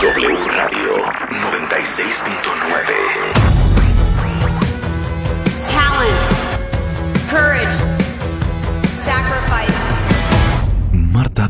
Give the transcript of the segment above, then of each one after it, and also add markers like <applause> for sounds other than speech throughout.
W Radio 96.9. talent, courage, sacrifice. Marta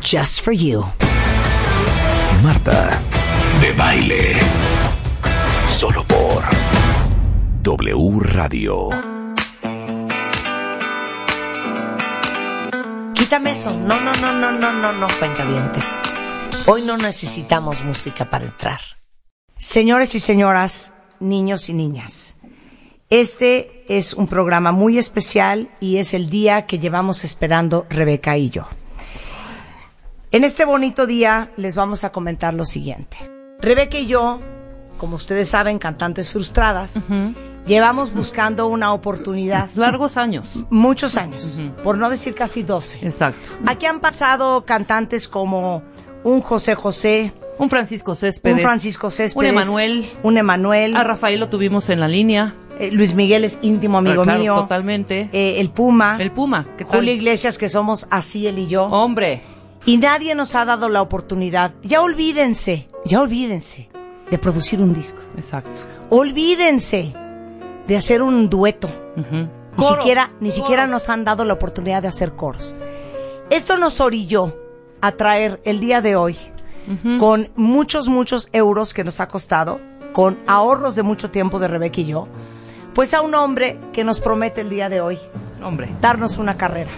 it. Just for you. Marta de Baile. Solo por W Radio. Quítame eso. No, no, no, no, no, no, no, cuentavientes. Hoy no necesitamos música para entrar. Señores y señoras, niños y niñas, este es un programa muy especial y es el día que llevamos esperando Rebeca y yo. En este bonito día les vamos a comentar lo siguiente. Rebeca y yo, como ustedes saben, cantantes frustradas, llevamos buscando una oportunidad Largos años. muchos años, por no decir casi 12. Exacto. Aquí han pasado cantantes como un José José, Un Francisco Céspedes. un Francisco Céspedes, Un Emanuel. Ah, un Emanuel, A Rafael lo tuvimos en la línea. eh, Luis Miguel es íntimo amigo Ah, claro, mío, Totalmente. eh, el Puma, El Puma. ¿qué tal? Oh. Julio Iglesias que somos así él y yo, Hombre. y nadie nos ha dado la oportunidad. Ya olvídense, ya olvídense de producir un disco, Exacto. olvídense de hacer un dueto. Ujú. Ni Coros, siquiera, ni siquiera coros. nos han dado la oportunidad de hacer coros. Esto nos orilló a traer el día de hoy, con muchos, muchos euros que nos ha costado, con ahorros de mucho tiempo de Rebeca y yo, pues a un hombre que nos promete el día de hoy Hombre. darnos una carrera,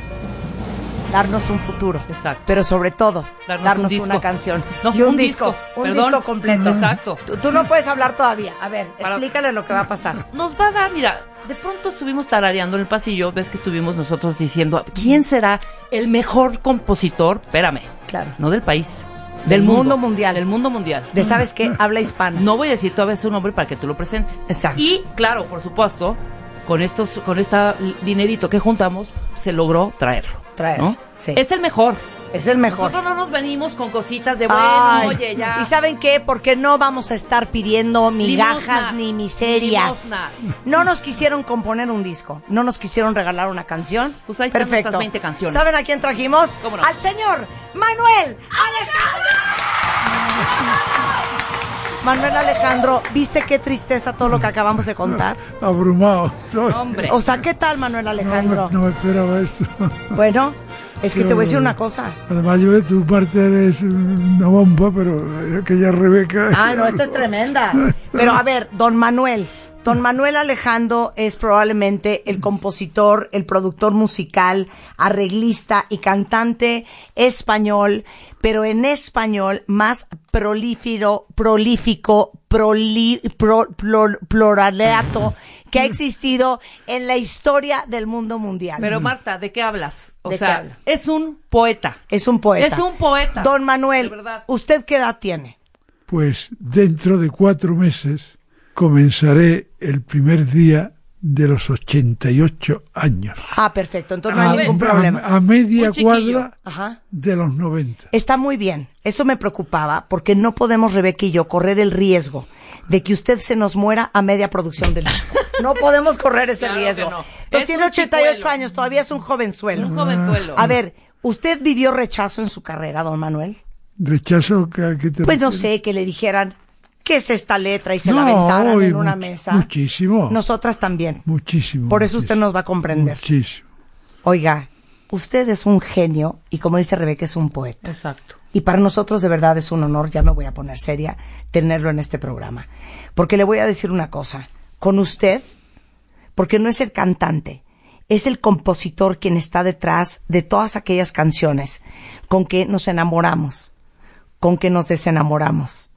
darnos un futuro, Exacto. pero sobre todo darnos, Darnos un disco. una canción No, y un, un disco, disco, un perdón. disco completo. Exacto. Tú, tú no puedes hablar todavía. A ver, Para- explícale lo que va a pasar. Nos va a dar, mira, de pronto estuvimos tarareando en el pasillo, ves que estuvimos nosotros diciendo, ¿quién será el mejor compositor? Espérame. Claro. No del país. Del Del mundo mundial. Del mundo mundial. De sabes qué, habla hispana. No voy a decir todavía su nombre para que tú lo presentes. Exacto. Y claro, por supuesto, con estos, con este dinerito que juntamos, se logró traerlo. Traerlo, ¿no? sí. Es el mejor. Es el mejor. Nosotros no nos venimos con cositas de bueno, Ay, oye, ya. ¿Y saben qué? Porque no vamos a estar pidiendo migajas Limosnas, ni miserias. limosnas. No nos quisieron componer un disco, no nos quisieron regalar una canción. Pues ahí están Perfecto. nuestras 20 canciones. ¿Saben a quién trajimos? ¿Cómo no? Al señor Manuel Alejandro. Manuel Alejandro, ¿viste qué tristeza todo lo que acabamos de contar? abrumado. Estoy- Hombre. O sea, ¿qué tal Manuel Alejandro? No, me- no me esperaba esto. Bueno, es que Qué te voy a decir horror. una cosa. Además, yo de tu parte eres una bomba, pero aquella Rebeca. Ah, no, esta es tremenda. Pero a ver, don Manuel. Don Manuel Alejandro es probablemente el compositor, el productor musical, arreglista y cantante español, pero en español más prolífero, prolífico, proli- pro- plor- pluraleato que ha existido en la historia del mundo mundial. Pero Marta, ¿de qué hablas? O ¿De qué sea, hablo? es un poeta. es un poeta. Es un poeta. Don De Manuel, verdad. ¿usted qué edad tiene? Pues dentro de cuatro meses comenzaré el primer día de los 88 años. Ah, perfecto, entonces no hay A- ningún a- problema. A, media Un chiquillo. cuadra Ajá. de los 90. Está muy bien. Eso me preocupaba porque no podemos, Rebeca y yo, correr el riesgo de que usted se nos muera a media producción del disco. No podemos correr ese Claro que riesgo. no. Entonces Es tiene un 88 chicuelo. años, todavía es un jovenzuelo. Un jovenzuelo. A ver, ¿usted vivió rechazo en su carrera, don Manuel? Rechazo que, a qué te Pues no refieres? sé, que le dijeran, ¿qué es esta letra? Y se la No, aventaran hoy en una much- mesa. muchísimo. Nosotras también. Muchísimo. Por eso usted muchísimo. nos va a comprender. Muchísimo. Oiga, usted es un genio y como dice Rebeca, es un poeta. Exacto. Y para nosotros de verdad es un honor, ya me voy a poner seria, tenerlo en este programa. Porque le voy a decir una cosa, con usted, porque no es el cantante, es el compositor quien está detrás de todas aquellas canciones con que nos enamoramos, con que nos desenamoramos,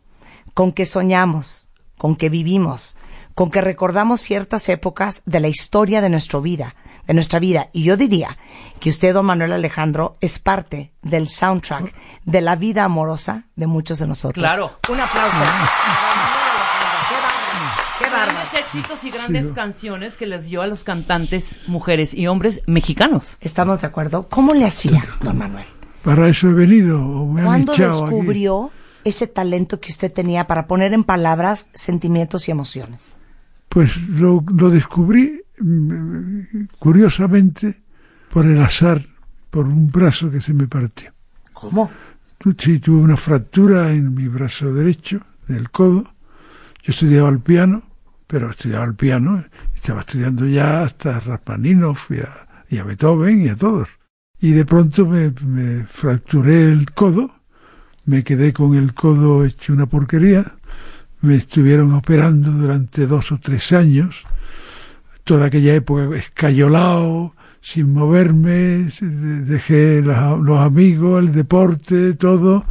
con que soñamos, con que vivimos, con que recordamos ciertas épocas de la historia de nuestra vida, de nuestra vida. Y yo diría que usted, don Manuel Alejandro, es parte del soundtrack de la vida amorosa de muchos de nosotros. Claro. Un aplauso. Qué bárbaro. Qué bárbaro. Grandes éxitos y grandes canciones que les dio a los cantantes, mujeres y hombres mexicanos. Estamos de acuerdo. ¿Cómo le hacía, don Manuel? Para eso he venido. o me han ¿Cuándo echado aquí. descubrió ese talento que usted tenía para poner en palabras sentimientos y emociones? Pues lo, lo descubrí mm, curiosamente por el azar, por un brazo que se me partió. ¿Cómo? Tu- Sí, tuve una fractura en mi brazo derecho del codo. Yo estudiaba el piano, pero estudiaba el piano, estaba estudiando ya hasta Raspaninoff y a, y a Beethoven y a todos. Y de pronto me, me fracturé el codo, me quedé con el codo hecho una porquería, me estuvieron operando durante dos o tres años, toda aquella época escayolado, sin moverme, se- de- dejé la- los amigos, el deporte, todo,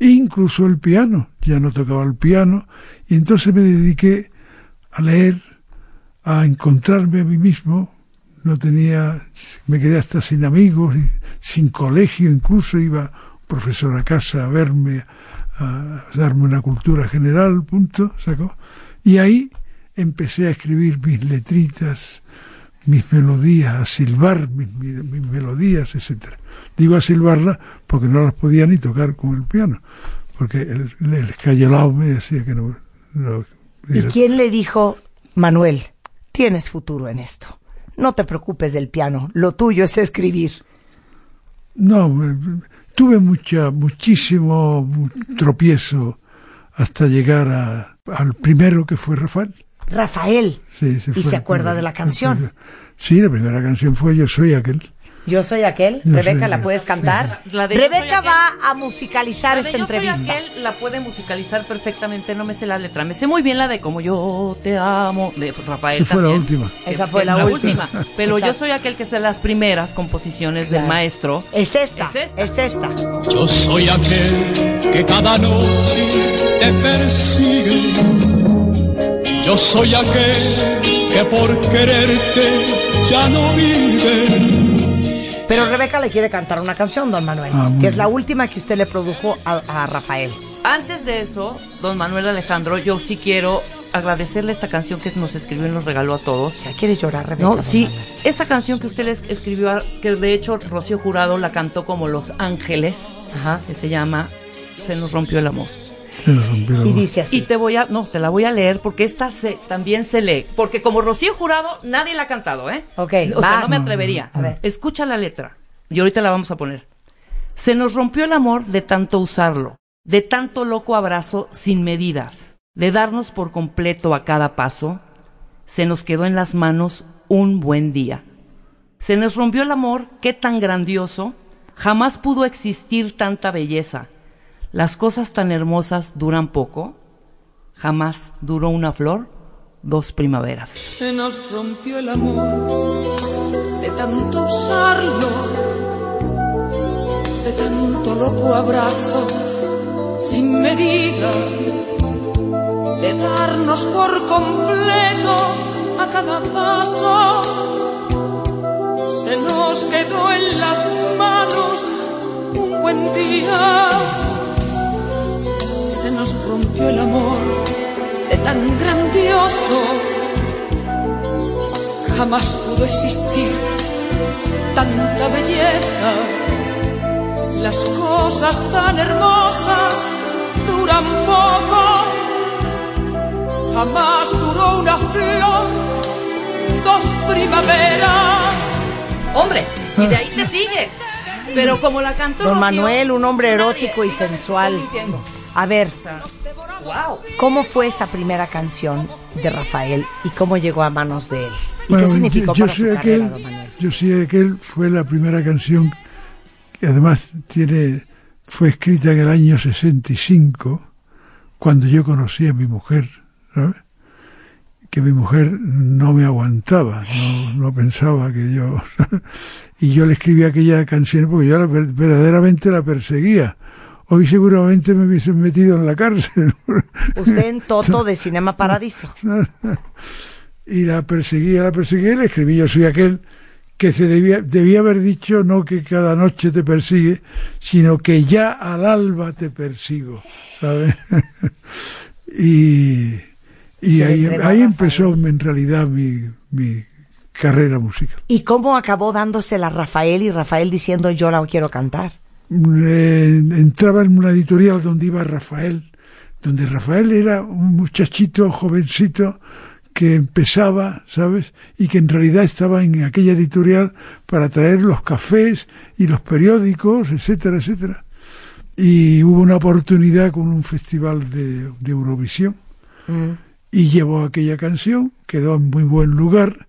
incluso el piano, ya no tocaba el piano, y entonces me dediqué a leer, a encontrarme a mí mismo, no tenía, me quedé hasta sin amigos, y sin colegio incluso, iba un profesor a casa a verme, a darme una cultura general, punto, sacó. Y ahí empecé a escribir mis letritas, mis melodías, a silbar mis, mis- mis melodías, etcétera. Digo a silbarlas porque no las podía ni tocar con el piano, porque el, el, escayolao me decía que no... no- ¿Y era- quién le dijo, Manuel, tienes futuro en esto? No te preocupes del piano, lo tuyo es escribir. No, me- me- tuve mucha, muchísimo mu- tropiezo hasta llegar a- al primero que fue Rafael. Rafael, Sí, ese ¿Y fue se el acuerda primero. de la canción? Sí, la primera canción fue Yo soy aquel. yo soy aquel, Yo Rebeca, soy ¿la aquel. puedes cantar? La de Yo Rebeca soy va a musicalizar La de esta Yo soy entrevista. aquel la puede musicalizar perfectamente, no me sé la letra. Me sé muy bien la de Como yo te amo, de Rafael. Esa fue la también. última. Esa fue Es la, última. Pero yo Exacto. soy aquel que sé las primeras composiciones Claro. del maestro. Es esta, Es esta. es esta. Yo soy aquel que cada noche te persigue. Yo soy aquel que por quererte ya no vive. Pero Rebeca le quiere cantar una canción, don Manuel, Ah, muy que es bien. la última que usted le produjo a, a Rafael. Antes de eso, don Manuel Alejandro, yo sí quiero agradecerle esta canción que nos escribió y nos regaló a todos. Ya quiere llorar, Rebeca. No, don sí, Manuel. esta canción que usted les escribió, a- que de hecho Rocío Jurado la cantó como Los Ángeles, Ajá. que se llama Se nos rompió el amor. Se nos rompió la Y voz. dice así. Y te voy a, no, te la voy a leer porque esta se, también se lee. Porque como Rocío Jurado, nadie la ha cantado, ¿eh? Ok, O sea, vas. no me atrevería. A ver. Escucha la letra. Y ahorita la vamos a poner. Se nos rompió el amor de tanto usarlo, de tanto loco abrazo sin medidas, de darnos por completo a cada paso. Se nos quedó en las manos un buen día. Se nos rompió el amor, qué tan grandioso. Jamás pudo existir tanta belleza. Las cosas tan hermosas duran poco. Jamás duró una flor dos primaveras. Se nos rompió el amor de tanto usarlo, de tanto loco abrazo sin medida, de darnos por completo a cada paso. Se nos quedó en las manos un buen día. Se nos rompió el amor de tan grandioso jamás pudo existir tanta belleza. Las cosas tan hermosas duran poco, jamás duró una flor, dos primaveras. ¡Hombre! Y de ahí te sigues. Pero como la cantó Don Rocío, Manuel, un hombre nadie- erótico y Fíjate, sensual. estoy mintiendo. A ver, O sea, ¿cómo fue esa primera canción de Rafael y cómo llegó a manos de él? ¿Y Bueno, qué significó yo, yo para su soy carrera, aquel, don Manuel? Yo soy aquel fue la primera canción que además tiene fue escrita en el año 65, cuando yo conocí a mi mujer, ¿sabes? que mi mujer no me aguantaba, no, no pensaba que yo... <laughs> y yo le escribí aquella canción porque yo la ver- verdaderamente la perseguía. Hoy seguramente me hubiesen metido en la cárcel. <laughs> Usted en Toto de Cinema Paradiso. y la perseguía, la perseguía y le escribí yo soy aquel que se debía, debía haber dicho no que cada noche te persigue, sino que ya al alba te persigo, ¿sabes? <laughs> y y Se le ahí, entregó Rafael. ahí empezó en realidad mi, mi carrera musical. ¿Y cómo acabó dándosela a Rafael y Rafael diciendo yo la quiero cantar? Eh, entraba en una editorial donde iba Rafael, donde Rafael era un muchachito jovencito que empezaba, ¿sabes? Y que en realidad estaba en aquella editorial para traer los cafés y los periódicos, etcétera, etcétera. Y hubo una oportunidad con un festival de, de Eurovisión Mm. y llevó aquella canción, quedó en muy buen lugar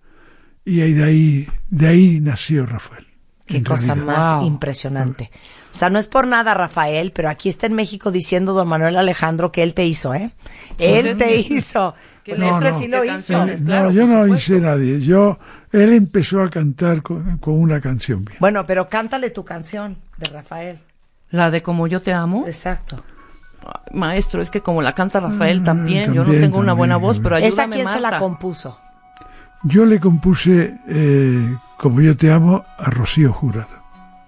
y ahí de ahí, de ahí nació Rafael. Qué en cosa realidad. más Wow. impresionante. O sea, no es por nada, Rafael, pero aquí está en México diciendo don Manuel Alejandro que él te hizo, ¿eh? Él Pues es te que- hizo. <laughs> que Pues no, este no. sí lo Qué hizo. canciones. Eh, claro, no, yo por no supuesto. hice nadie. Yo, él empezó a cantar con, con una canción mía. Bueno, pero cántale tu canción de Rafael. La de como yo te amo. Exacto. Ay, Maestro, es que como la canta Rafael también, yo no Ah, también, tengo una buena también, voz, pero ayúdame, ¿Esa quién se la Marta. compuso? Yo le compuse eh, Como yo te amo a Rocío Jurado.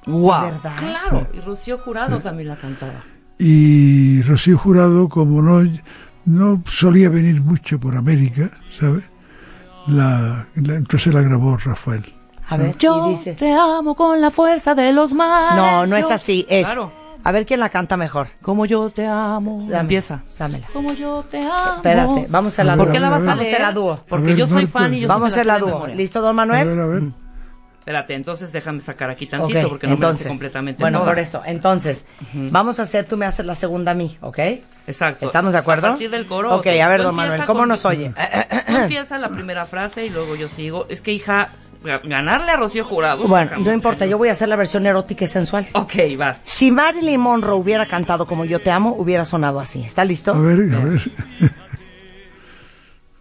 Guau. ¿Verdad? Claro, y Rocío Jurado también la cantaba. Y Rocío Jurado, como no, no solía venir mucho por América, ¿sabes? La, la- entonces la grabó Rafael. A ver, Yo y dice. te amo con la fuerza de los mares. No, no es Yo- así. Es. Claro. A ver quién la canta mejor. Como yo te amo. Dame, Empieza. dámela. Como yo te amo. Espérate, vamos a la ¿Por ¿Por dúo. qué la vas a Vamos leer? la dúo. Porque A ver, yo soy Marta. fan y yo Vamos a se hacer la la sé de dúo. memoria. ¿Listo, don A ver, Manuel? a ver. Mm. Espérate, entonces déjame sacar aquí Ok, tantito porque no me lo sé completamente. Bueno, toda. por eso. Entonces, vamos a hacer, tú me haces la segunda a mí, ¿ok? Exacto. ¿Estamos de acuerdo? A partir del coro. Ok, a ver, Tú don empieza Manuel, ¿cómo con- nos oye? Tú empieza la primera frase y luego yo sigo. Es que, hija, ga- ganarle a Rocío Jurado. Bueno, no importa, yo voy a hacer la versión erótica y sensual. Ok, vas. Si Marilyn Monroe hubiera cantado como Yo te amo, hubiera sonado así. ¿Está listo? A ver, a ver.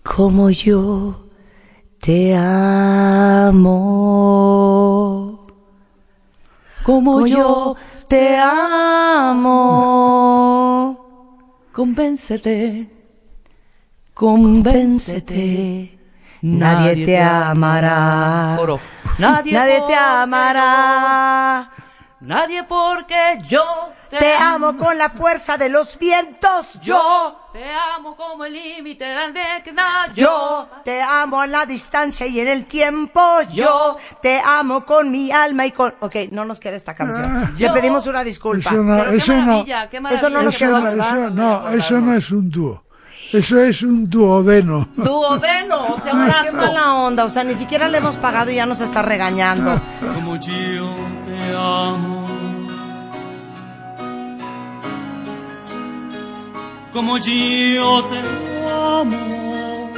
Como yo te amo. Como Como yo te amo. convéncete. Convéncete. Véncete. Nadie te amará. Coro. Nadie, Nadie te porque- amará. Nadie porque yo Te amo con la fuerza de los vientos. Yo te amo como el límite de la década. Yo te amo a la distancia y en el tiempo. Yo te amo con mi alma y con. Ok, no nos queda esta canción. Le Yo- pedimos una disculpa. Eso no, Pero qué Ah, eso no. maravilla, qué Eso no nos maravilla que Eso, quedó va no, a grabado, eso, acordarnos, no, de eso no acordarnos. es un dúo. Eso es un duodeno. Duodeno, o sea, un Qué asco. mala onda, o sea, ni siquiera le hemos pagado y ya nos está regañando. como yo te amo. Como yo te amo,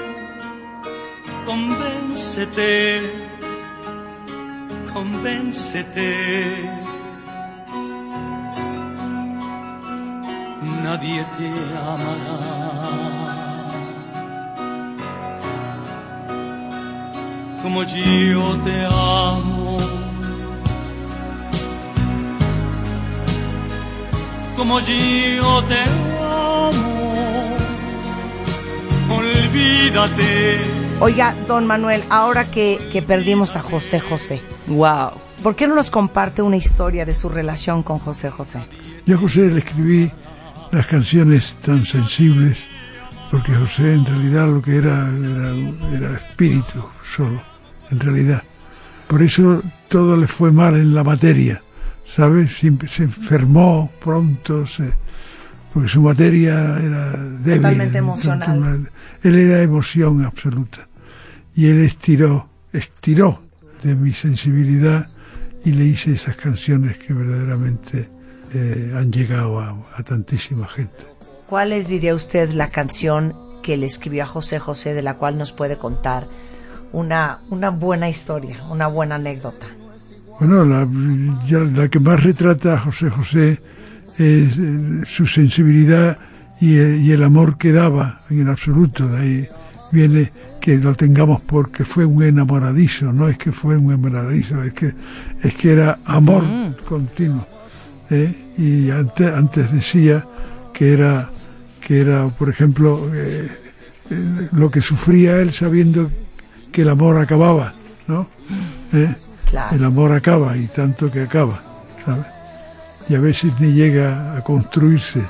convéncete, convéncete. Nadie te amará. como yo te amo. Como yo te amo, olvídate. Oiga, don Manuel, ahora que, que perdimos a José José, Wow. ¿por qué no nos comparte una historia de su relación con José José? Yo a José le escribí las canciones tan sensibles, porque José en realidad lo que era era, era espíritu solo, en realidad. Por eso todo le fue mal en la materia, ¿sabes? Siempre se enfermó pronto, se- porque su materia era débil. Totalmente emocional. Él era emoción absoluta. Y él estiró, estiró de mi sensibilidad y le hice esas canciones que verdaderamente eh, han llegado a, a tantísima gente. ¿Cuál es, diría usted, la canción que le escribió a José José de la cual nos puede contar una, una buena historia, una buena anécdota? Bueno, la, ya la que más retrata a José José eh, su sensibilidad y el, y el, amor que daba en absoluto. De ahí viene que lo tengamos porque fue un enamoradizo, no es que fue un enamoradizo, es que, es que era amor mm. continuo. ¿eh? Y antes, antes decía que era, que era por ejemplo, eh, lo que sufría él sabiendo que el amor acababa, ¿no? ¿Eh? Claro. El amor acaba y tanto que acaba, ¿sabes? Y a veces ni llega a construirse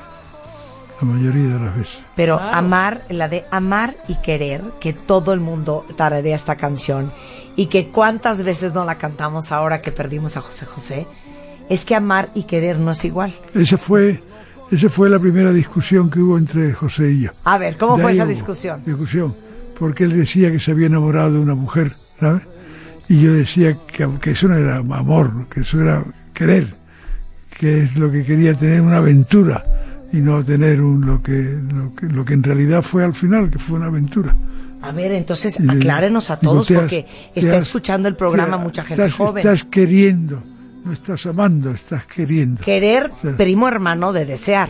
la mayoría de las veces. Pero wow. amar, la de amar y querer, que todo el mundo tararea esta canción y que cuántas veces no la cantamos ahora que perdimos a José José, es que amar y querer no es igual. Esa fue, esa fue la primera discusión que hubo entre José y yo. A ver, ¿cómo de fue esa discusión? Discusión, porque él decía que se había enamorado de una mujer, ¿sabes? Y yo decía que, que eso no era amor, que eso era querer, que es lo que quería tener una aventura y no tener un, lo, que, lo, que, lo que en realidad fue al final, que fue una aventura. A ver, entonces y, aclárenos a todos eh, digo, porque has, está has, escuchando el programa has, mucha gente estás, joven. Estás queriendo, no estás amando, estás queriendo. Querer, estás, primo hermano de desear.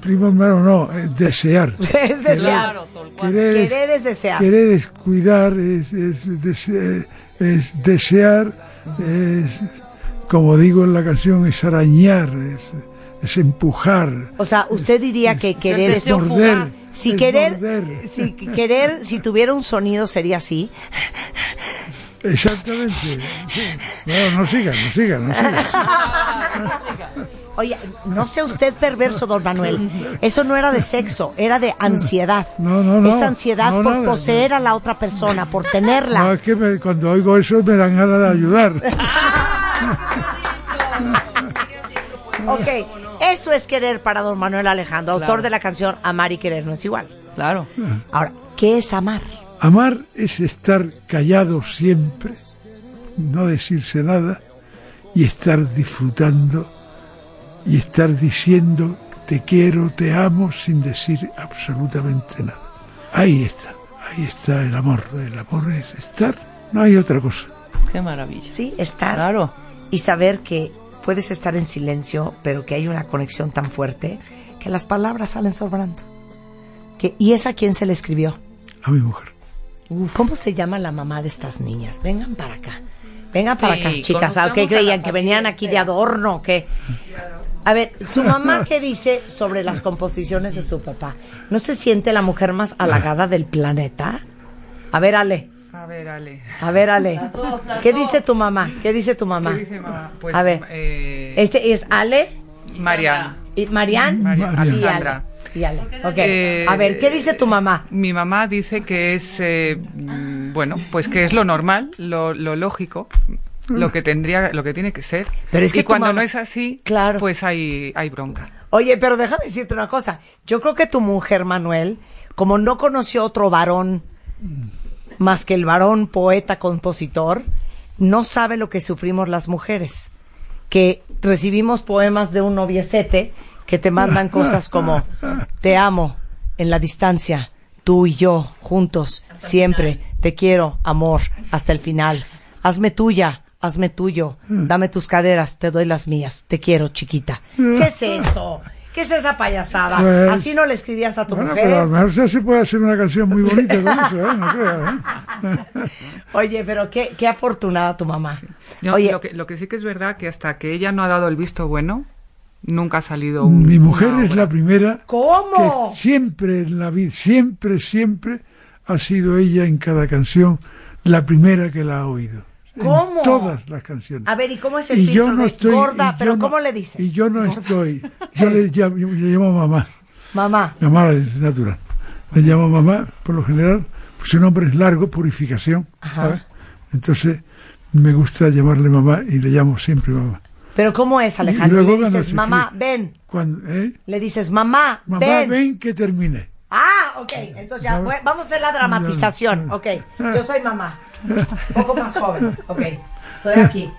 Primo hermano no, es desear. es desear. Querer, querer, es, Pues, querer, es, desear. Querer es cuidar, es, es, dese, es desear, es, como digo en la canción, es arañar, es es empujar. O sea, usted diría es, que querer es, morder. Fugaz. Si es querer, morder. si querer, si tuviera un sonido sería así. <laughs> Exactamente. No, no sigan, no sigan, <laughs> no sigan. Oye, no sea usted perverso, don Manuel. Eso no era de sexo, era de ansiedad. No, no, no. Es ansiedad no, por nada, poseer a la otra persona, por tenerla. No, es que me, cuando oigo eso me dan ganas de ayudar. ok, eso es querer para don Manuel Alejandro, autor claro. de la canción Amar y querer no es igual. Claro. Ahora, ¿qué es amar? Amar es estar callado siempre, no decirse nada y estar disfrutando y estar diciendo te quiero, te amo sin decir absolutamente nada. Ahí está, ahí está el amor. El amor es estar, no hay otra cosa. Qué maravilla. Sí, estar. Claro. Y saber que puedes estar en silencio, pero que hay una conexión tan fuerte que las palabras salen sobrando. Que, ¿Y es a quién se le escribió? A mi mujer. Uf. ¿Cómo se llama la mamá de estas niñas? Vengan para acá. Vengan sí, para acá, chicas. ¿A qué creían? ¿Que venían aquí de adorno? ¿Qué? A ver, <laughs> su mamá qué dice sobre las composiciones de su papá. ¿No se siente la mujer más halagada del planeta? A ver, Ale. A ver, Ale. A ver, Ale. Las dos, las ¿Qué dos. dice tu mamá? ¿Qué dice tu mamá? ¿Qué dice mamá? Pues, a ver. Eh... Este es Ale. Marian. Y Marian. Marian. Alejandra. Y Ale. Y Ale. Okay. Eh, a ver, ¿qué dice tu mamá? Mi mamá dice que es, eh, bueno, pues que es lo normal, lo, lo lógico lo que tendría, lo que tiene que ser. Pero es que y cuando mamá... no es así, claro. pues hay, hay bronca. Oye, pero déjame decirte una cosa. Yo creo que tu mujer, Manuel, como no conoció otro varón más que el varón poeta compositor, no sabe lo que sufrimos las mujeres, que recibimos poemas de un noviecete que te mandan cosas como te amo en la distancia, tú y yo juntos, hasta siempre, te quiero, amor, hasta el final, hazme tuya. Hazme tuyo, dame tus caderas, te doy las mías, te quiero, chiquita. ¿Qué es eso? ¿Qué es esa payasada? Pues, Así no le escribías a tu bueno, mujer. Pero a lo mejor se puede hacer una canción muy bonita con eso, ¿eh? No creo, ¿eh? Oye, pero qué, qué afortunada tu mamá. Sí. No, Oye, lo, que, lo que sí que es verdad que hasta que ella no ha dado el visto bueno, nunca ha salido un. Mi mujer es la primera. ¿Cómo? Que siempre en la vida, siempre, siempre ha sido ella en cada canción la primera que la ha oído. ¿Cómo? todas las canciones. A ver, ¿y cómo es el y filtro yo no de estoy, gorda? ¿Pero no, cómo le dices? Y yo no estoy. Yo le llamo, yo le llamo mamá. Mamá. Mamá es natural. Le llamo mamá, por lo general, pues su nombre es largo, purificación. ¿sabes? Entonces, me gusta llamarle mamá y le llamo siempre mamá. ¿Pero cómo es, Alejandro? Y luego, le dices, mamá, ven. Cuando, ¿eh? Le dices, mamá, mamá ven. ven que termine. Ah, ok. Entonces ya, voy, vamos a hacer la dramatización. Ok. Yo soy mamá. Un poco más joven. Ok. Estoy aquí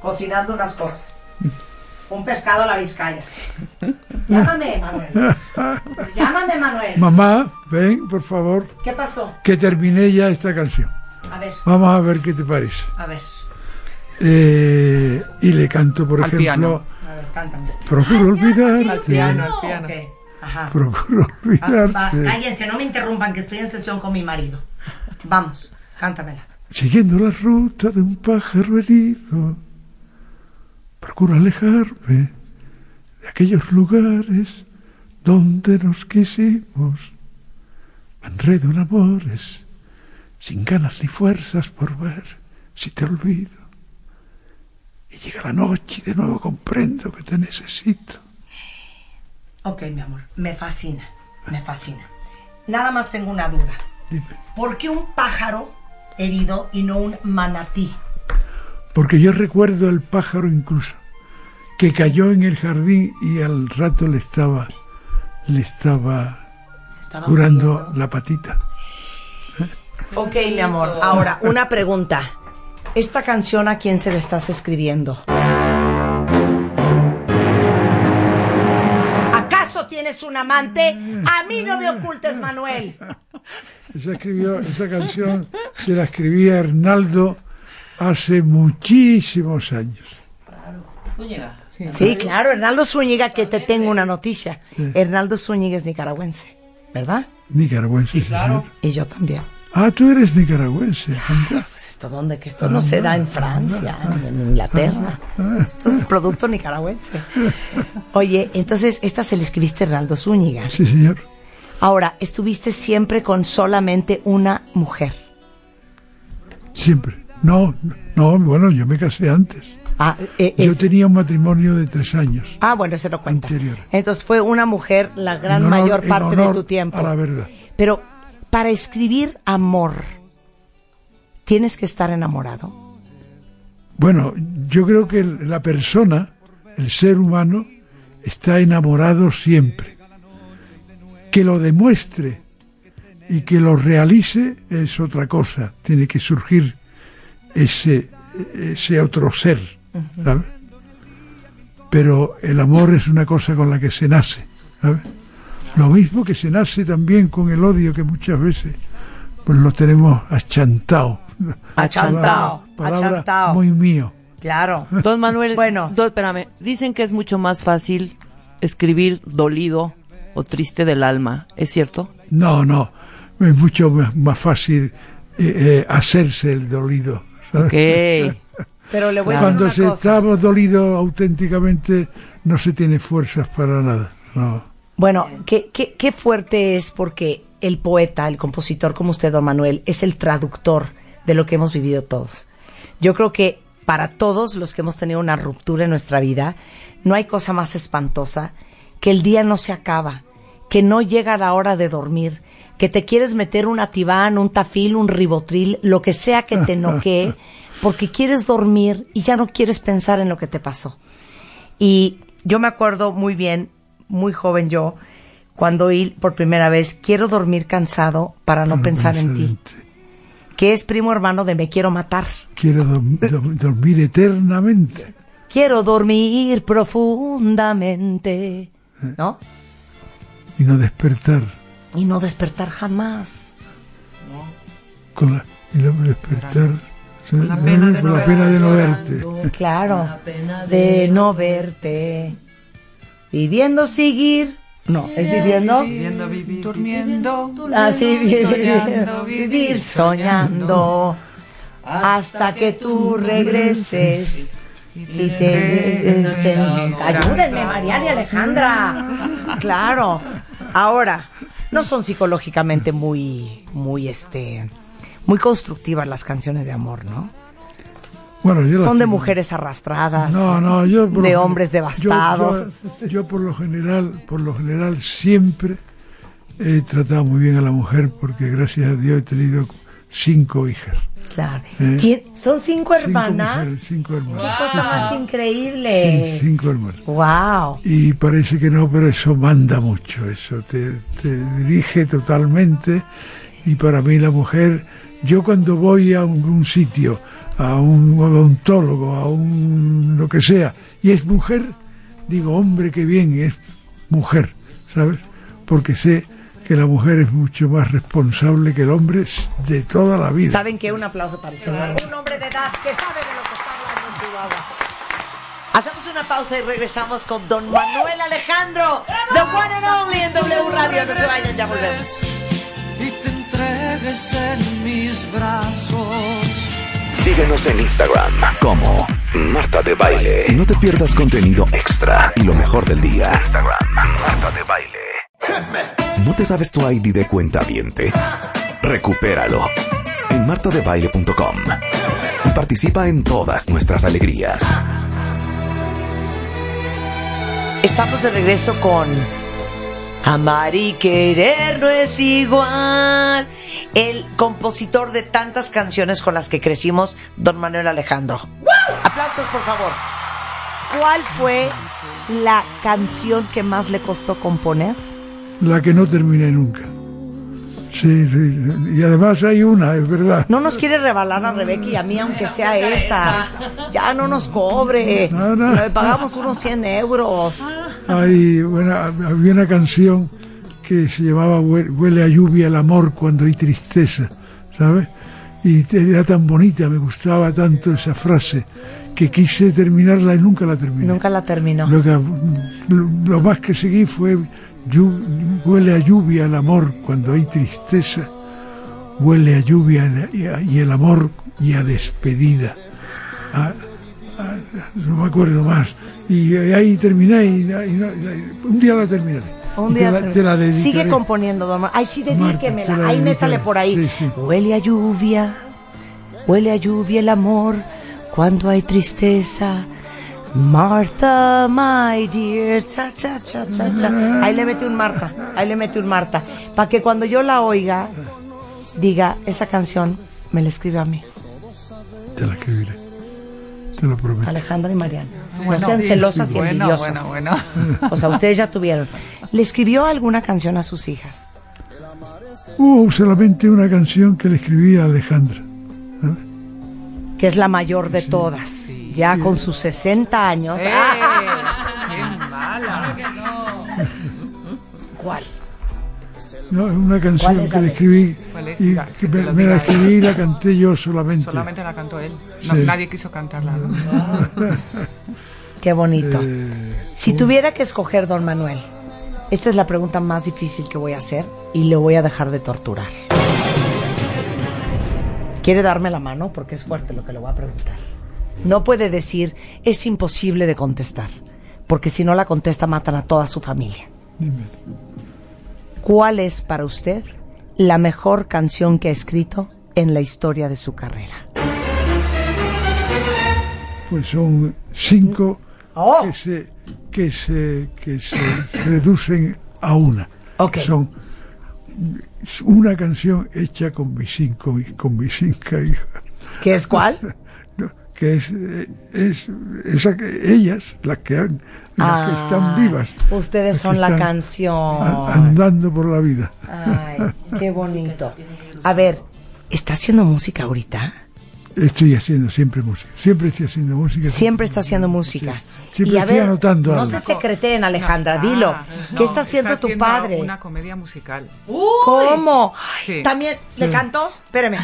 cocinando unas cosas. Un pescado a la vizcaya. Llámame, Manuel. Llámame, Manuel. Mamá, ven, por favor. ¿Qué pasó? Que terminé ya esta canción. A ver. Vamos a ver qué te parece. A ver. Eh, y le canto, por Al ejemplo, Procuro olvidarte. Al piano, al piano. Ok, Ajá. Procuro Ah, va, olvidarte. cállense, no me interrumpan que estoy en sesión con mi marido. Vamos, cántamela. Siguiendo la ruta de un pájaro herido. Procuro alejarme de aquellos lugares donde nos quisimos. Me enredo en amores, sin ganas ni fuerzas por ver si te olvido. Y llega la noche y de nuevo comprendo que te necesito. Ok, mi amor, me fascina, me fascina. Nada más tengo una duda. Dime. ¿Por qué un pájaro herido y no un manatí? Porque yo recuerdo al pájaro incluso, que cayó en el jardín y al rato le estaba, le estaba Estaba curando la patita. Ok, mi amor. Ahora, una pregunta. ¿Esta canción a quién se la estás escribiendo? ¿Acaso tienes un amante? A mí no me ocultes, Manuel. Esa, escribió, esa canción se la escribía Hernaldo hace muchísimos años. Sí, claro, Hernaldo Zúñiga, que te tengo una noticia. Hernaldo Zúñiga es nicaragüense, ¿verdad? Nicaragüense. señor. Y yo también. Ah, tú eres nicaragüense. anda. Pues esto, ¿dónde? Que Ah, esto no se da en Francia, ni en Inglaterra. Esto es producto nicaragüense. Oye, entonces, esta se la escribiste a Hernaldo Zúñiga. Sí, señor. Ahora, estuviste siempre con solamente una mujer. Siempre. No, no, bueno, yo me casé antes. Ah, eh, Yo es- tenía un matrimonio de tres años ah, bueno, se lo cuenta. anterior. Entonces fue una mujer la gran En honor- mayor en parte de honor tu tiempo. A la verdad. Pero para escribir amor, tienes que estar enamorado. Bueno, yo creo que el- la persona, el ser humano, está enamorado siempre. Que lo demuestre y que lo realice es otra cosa. Tiene que surgir ese, ese otro ser, ¿sabes? Pero el amor es una cosa con la que se nace, ¿sabes? Lo mismo que se nace también con el odio que muchas veces pues lo tenemos achantado. Achantao, Ah, Palabra, palabra achantao. muy mío. Claro. Don Manuel, Bueno. don- espérame, dicen que es mucho más fácil escribir dolido o triste del alma, ¿es cierto? No, no, es mucho más, más fácil eh, eh, hacerse el dolido. ¿sabes? Ok. Pero le voy a decir <laughs> Cuando una se cosa. está dolido auténticamente no se tiene fuerzas para nada. No. Bueno, qué, qué- qué fuerte es porque el poeta, el compositor como usted, don Manuel, es el traductor de lo que hemos vivido todos. Yo creo que para todos los que hemos tenido una ruptura en nuestra vida, no hay cosa más espantosa que el día no se acaba, que no llega la hora de dormir, que te quieres meter un ativán, un tafil, un ribotril, lo que sea que te noquee, porque quieres dormir y ya no quieres pensar en lo que te pasó. Y yo me acuerdo muy bien, muy joven yo, cuando oí por primera vez, quiero dormir cansado para no pensar en ti, que es primo hermano de me quiero matar. Quiero dom- dom- dormir eternamente. Quiero dormir profundamente, ¿no? y no despertar Y no despertar jamás. con la y no despertar eh, con la pena de no la pena de no verte. verte <laughs> Claro, pena de no verte. Viviendo seguir. No, es viviendo. Viviendo, vivir, durmiendo, Así soñando, viviendo, vivir, vivir soñando hasta que tú regreses. Y te ayúdenme, Mariana y Alejandra. Claro. Ahora, no son psicológicamente muy, muy este, muy constructivas las canciones de amor, ¿no? bueno yo Son las de tengo. mujeres arrastradas, no no yo por de lo- hombres yo- devastados. yo, yo por lo general por lo general siempre he tratado muy bien a la mujer porque gracias a Dios he tenido cinco hijas Claro. Eh, Tien- Son cinco cinco hermanas. mujeres, cinco Qué hermanas cosa más Sí, increíble. cinco hermanas Wow. y parece que no, pero eso manda mucho, eso te, te dirige totalmente y para mí la mujer, yo cuando voy a un, un sitio, a un odontólogo, a un lo que sea, y es mujer, digo, hombre, qué bien, es mujer, ¿sabes? Porque sé que la mujer es mucho más responsable que el hombre de toda la vida. ¿Saben qué? Un aplauso para el señor. Un hombre de edad que sabe de lo que está hablando en Chihuahua. Hacemos una una pausa y regresamos con Don Manuel Alejandro, The One and Only en W Radio. No se vayan, ya volvemos. Y te entregues en mis brazos. Síguenos en Instagram como Marta de Baile. No te pierdas contenido extra y lo mejor del día. Instagram, Marta de Baile. ¿No te sabes tu ID de cuenta viente? Recupéralo en martadebaile.com. Y participa en todas nuestras alegrías. Estamos de regreso con Amar y querer no es igual. El compositor de tantas canciones con las que crecimos, Don Manuel Alejandro. Aplausos, por favor. ¿Cuál fue la canción que más le costó componer? La que no terminé nunca. Sí, sí. Y además hay una, es verdad. No nos quiere rebalar a Rebeca y a mí, aunque sea esa. Ya no nos cobre. No, no. Le pagamos unos 100 euros. Hay una, había una canción que se llamaba Hue- Huele a lluvia el amor cuando hay tristeza, ¿sabes? Y te- era tan bonita, me gustaba tanto esa frase, que quise terminarla y nunca la terminé. Nunca la terminó. Lo, que- lo- lo más que seguí fue llu- Huele a lluvia el amor cuando hay tristeza, huele a lluvia y a- y el amor y a despedida. A- a- no me acuerdo más. Y ahí terminé y, y no- y un día la terminaré. Un Y día te la, terminé. te la dedicaré. Sigue componiendo, don Manuel. Ay, sí, te dedíquemela. la Ay, métale dedicaré. por ahí. Sí, sí. Huele a lluvia, huele a lluvia el amor cuando hay tristeza. Martha, my dear, cha, cha, cha, cha, cha. Ahí le mete un Marta, ahí le mete un Marta. Para que cuando yo la oiga, diga, esa canción me la escribe a mí, Te la escribiré. Te lo prometo. Alejandra y Mariana. Bueno, no sean sí, celosas sí, y bueno, envidiosas. bueno, bueno. O sea, ustedes ya tuvieron. ¿Le escribió alguna canción a sus hijas? Hubo solamente una canción que le escribí a Alejandra. Que es la mayor de todas. Ya con sus 60 años. ¡Eh! ¡Ah! ¡Qué mala! <laughs> ¿Cuál? No, es una ¿Cuál canción es, que le Ale? escribí. ¿Cuál es? Y Diga, que que me, lo me la diga escribí él. y la canté yo solamente. Solamente la cantó él. No, Sí. Nadie quiso cantarla. ¿no? Qué bonito. Eh, Si tuviera que escoger, don Manuel, esta es la pregunta más difícil que voy a hacer y le voy a dejar de torturar. ¿Quiere darme la mano? Porque es fuerte lo que le voy a preguntar. No puede decir, es imposible de contestar, porque si no la contesta matan a toda su familia. dime. ¿Cuál es para usted la mejor canción que ha escrito en la historia de su carrera? Pues son cinco que, se, que, se, que se reducen a una. Ok. Son una canción hecha con mis cinco, hij- con mis cinco <laughs> hijas, ¿Qué es <laughs> cuál? que es, eh, es esa que- ellas las que, han- las que están vivas, Ustedes Las son que la están a- canción. Ah. andando por la vida. Ay, qué bonito. A ver, ¿está haciendo música ahorita? Estoy haciendo siempre música, siempre estoy haciendo música. Siempre está haciendo música. Siempre y a estoy ver, anotando no algo. se secreten, Alejandra, dilo. No, ¿Qué está haciendo tu padre? Una comedia <laughs> musical. ¿Cómo? Sí. También le Sí. cantó, espérame.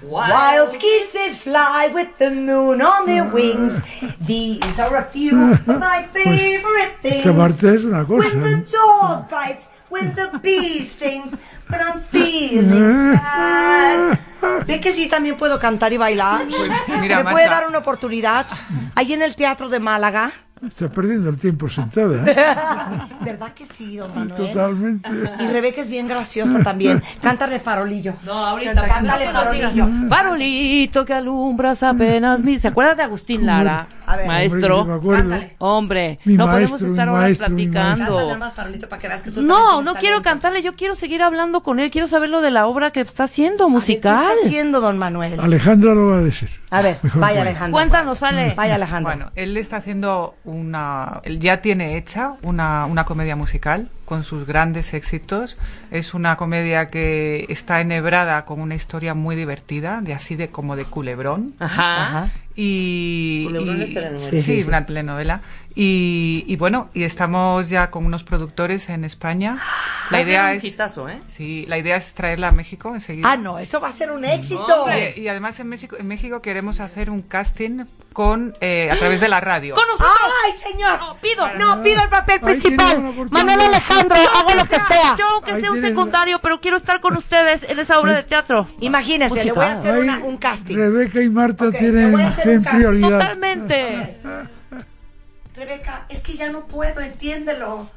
Wild geese that fly with the moon on their wings. These are a few of my favorite things. Pues, Esta parte es una cosa. ¿eh? When the dog bites, when the bee stings, when I'm feeling sad. ¿Ve que sí también puedo cantar y bailar? mira, ¿Me puede Marta. dar una oportunidad? Ahí en el Teatro de Málaga. Estás perdiendo el tiempo sentada. ¿eh? ¿Verdad que <laughs> sí, don Manuel? Totalmente. Y Rebeca es bien graciosa también. Cántale farolillo. No, <laughs> ahorita. Cántale farolillo. Farolito que alumbras apenas mi... ¿Se acuerdan de Agustín Lara? A ver. maestro. Hombre, yo me acuerdo. Cántale. Hombre, Mi no maestro, podemos estar mi horas maestro, mi platicando. Cántale nada más farolito para que veas que tú también No, tienes no quiero talento. cantarle, yo quiero seguir hablando con él, quiero saber lo de la obra que está haciendo ¿Qué musical. está haciendo don Manuel? Alejandra lo va a decir. A ver, Mejor pues. vaya que- Alejandro. Cuéntanos, Ale. Vaya Alejandro. Bueno, él está haciendo una. Él ya tiene hecha una, una comedia musical con sus grandes éxitos. Es una comedia que está enhebrada con una historia muy divertida, de así de como de culebrón. Ajá. y, Culebrón es y- telenovela. sí, Sí, sí, sí. una telenovela y, y bueno y estamos ya con unos productores en España la idea es ¿eh? sí la idea es traerla a México enseguida Ah, no, eso va a ser un éxito. Eh, y, y además en México en México queremos hacer un casting con eh, a través de la radio. ¡Con nosotros! ¡Ay, señor! No, pido. No, pido el papel principal. Manuel Alejandro, hago lo que sea. Yo aunque sea un secundario, pero quiero estar con ustedes en esa obra de teatro. Imagínense, le voy a hacer una- un casting. Rebeca y Marta Ok, le tienen, voy a hacer tienen un caso. prioridad. Totalmente. Rebeca, es que ya no puedo, entiéndelo.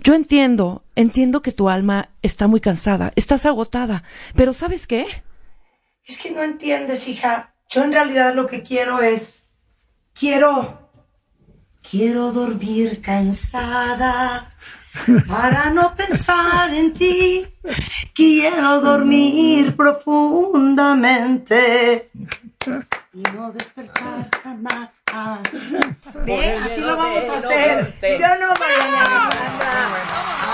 Yo entiendo, entiendo que tu alma está muy cansada, estás agotada, pero ¿sabes qué? Es que no entiendes, hija. Yo en realidad lo que quiero es. Quiero. Quiero dormir cansada. Para no pensar en ti. Quiero dormir profundamente. Y no despertar jamás. Ve, Así lo vamos a hacer. ¿Sí o no, Mariana?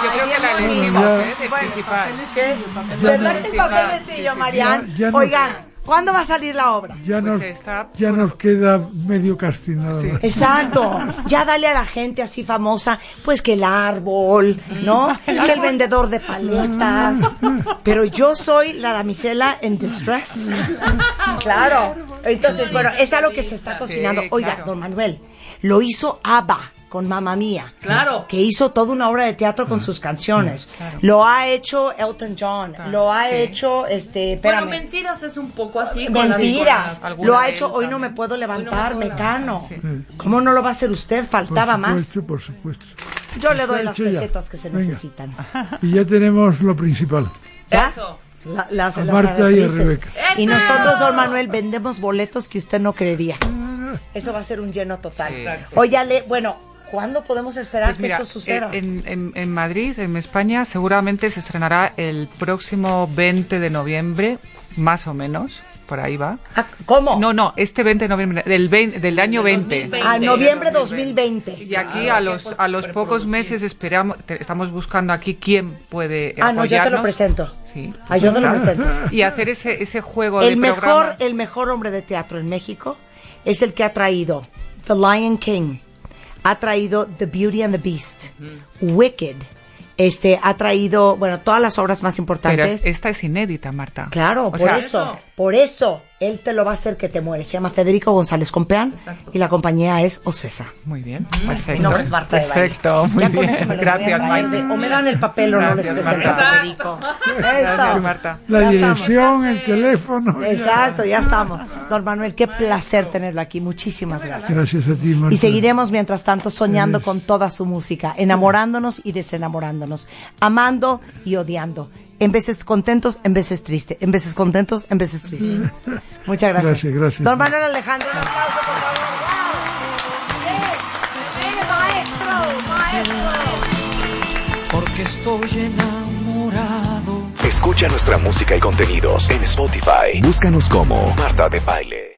Yo creo que la elegimos, ¿eh? De principal. ¿Verdad que el papel es tuyo, Mariana? Ya no- Oigan, ¿cuándo va a salir la obra? Ya, nos, está ya nos queda medio casting nada más. Exacto. Ya dale a la gente así famosa, pues que el árbol, ¿no? Que <laughs> el vendedor de paletas. Pero yo soy la damisela en distress. Claro. Entonces, bueno, es algo que se está cocinando. Sí, Oiga, claro. don Manuel, lo hizo ABBA con Mamma Mía. Claro. Que hizo toda una obra de teatro Ah, con sus canciones. Lo ha hecho Elton John. Lo ha hecho, este, espérame. Bueno, mentiras es un poco así. con las- Mentiras. Lo ha con las- algunas hecho de hoy ellas no me también. puedo levantar, puedo mecano. levantar, ¿Cómo no lo va a hacer usted? Mm. Por Faltaba más. supuesto, por supuesto. Yo le doy Está las hecho ya. pesetas que se Venga. necesitan. Y ya tenemos lo principal. ¿Ya? Eso. La- las, A las Marta y a aretrices. Rebeca. Y ¡Eso! nosotros, don Manuel, vendemos boletos que usted no creería. Eso va a ser un lleno total. Exacto. Oye, Ale, bueno, ¿cuándo podemos esperar Pues mira, que esto suceda? En, en- en Madrid, en España, seguramente se estrenará el próximo 20 de noviembre, más o menos, por ahí va. Ah, ¿Cómo? No, no, este 20 de noviembre, del, vein- del año 20. a noviembre 2020. Y aquí a los, a los pocos meses esperamos, te- estamos buscando aquí quién puede Ah, no, yo te lo apoyarnos. presento. Sí. Ah, yo te lo presento. Y hacer ese, ese juego de El mejor, programa. el mejor hombre de teatro en México es el que ha traído The Lion King, ha traído The Beauty and the Beast, Wicked, este, ha traído, bueno, todas las obras más Pero importantes. esta es inédita, Marta. Claro, O por sea, eso, por eso, él te lo va a hacer que te mueres. Se llama Federico González Compeán y la compañía es Ocesa. Muy bien, perfecto. Mi nombre es Marta de Baile. Perfecto, muy Ya con bien. eso me los voy a traer Gracias, de- Marta. O me dan el papel o no les Gracias, presento a Marta. Federico. Gracias, Eso. Marta. La Ya estamos. dirección, el teléfono. ya. Exacto, ya estamos. Don Manuel, qué placer tenerlo aquí. Muchísimas gracias. Gracias a ti, Marta. Y seguiremos mientras tanto soñando con toda su música, enamorándonos y desenamorándonos, amando y odiando, en veces contentos, en veces tristes, en veces contentos, en veces tristes. Muchas gracias. Gracias, gracias. Don Manuel Alejandro, un aplauso, por favor. ¡Wow! Sí, sí, maestro, maestro. Porque estoy enamorado. Escucha nuestra música y contenidos en Spotify. Búscanos como Marta de Baile.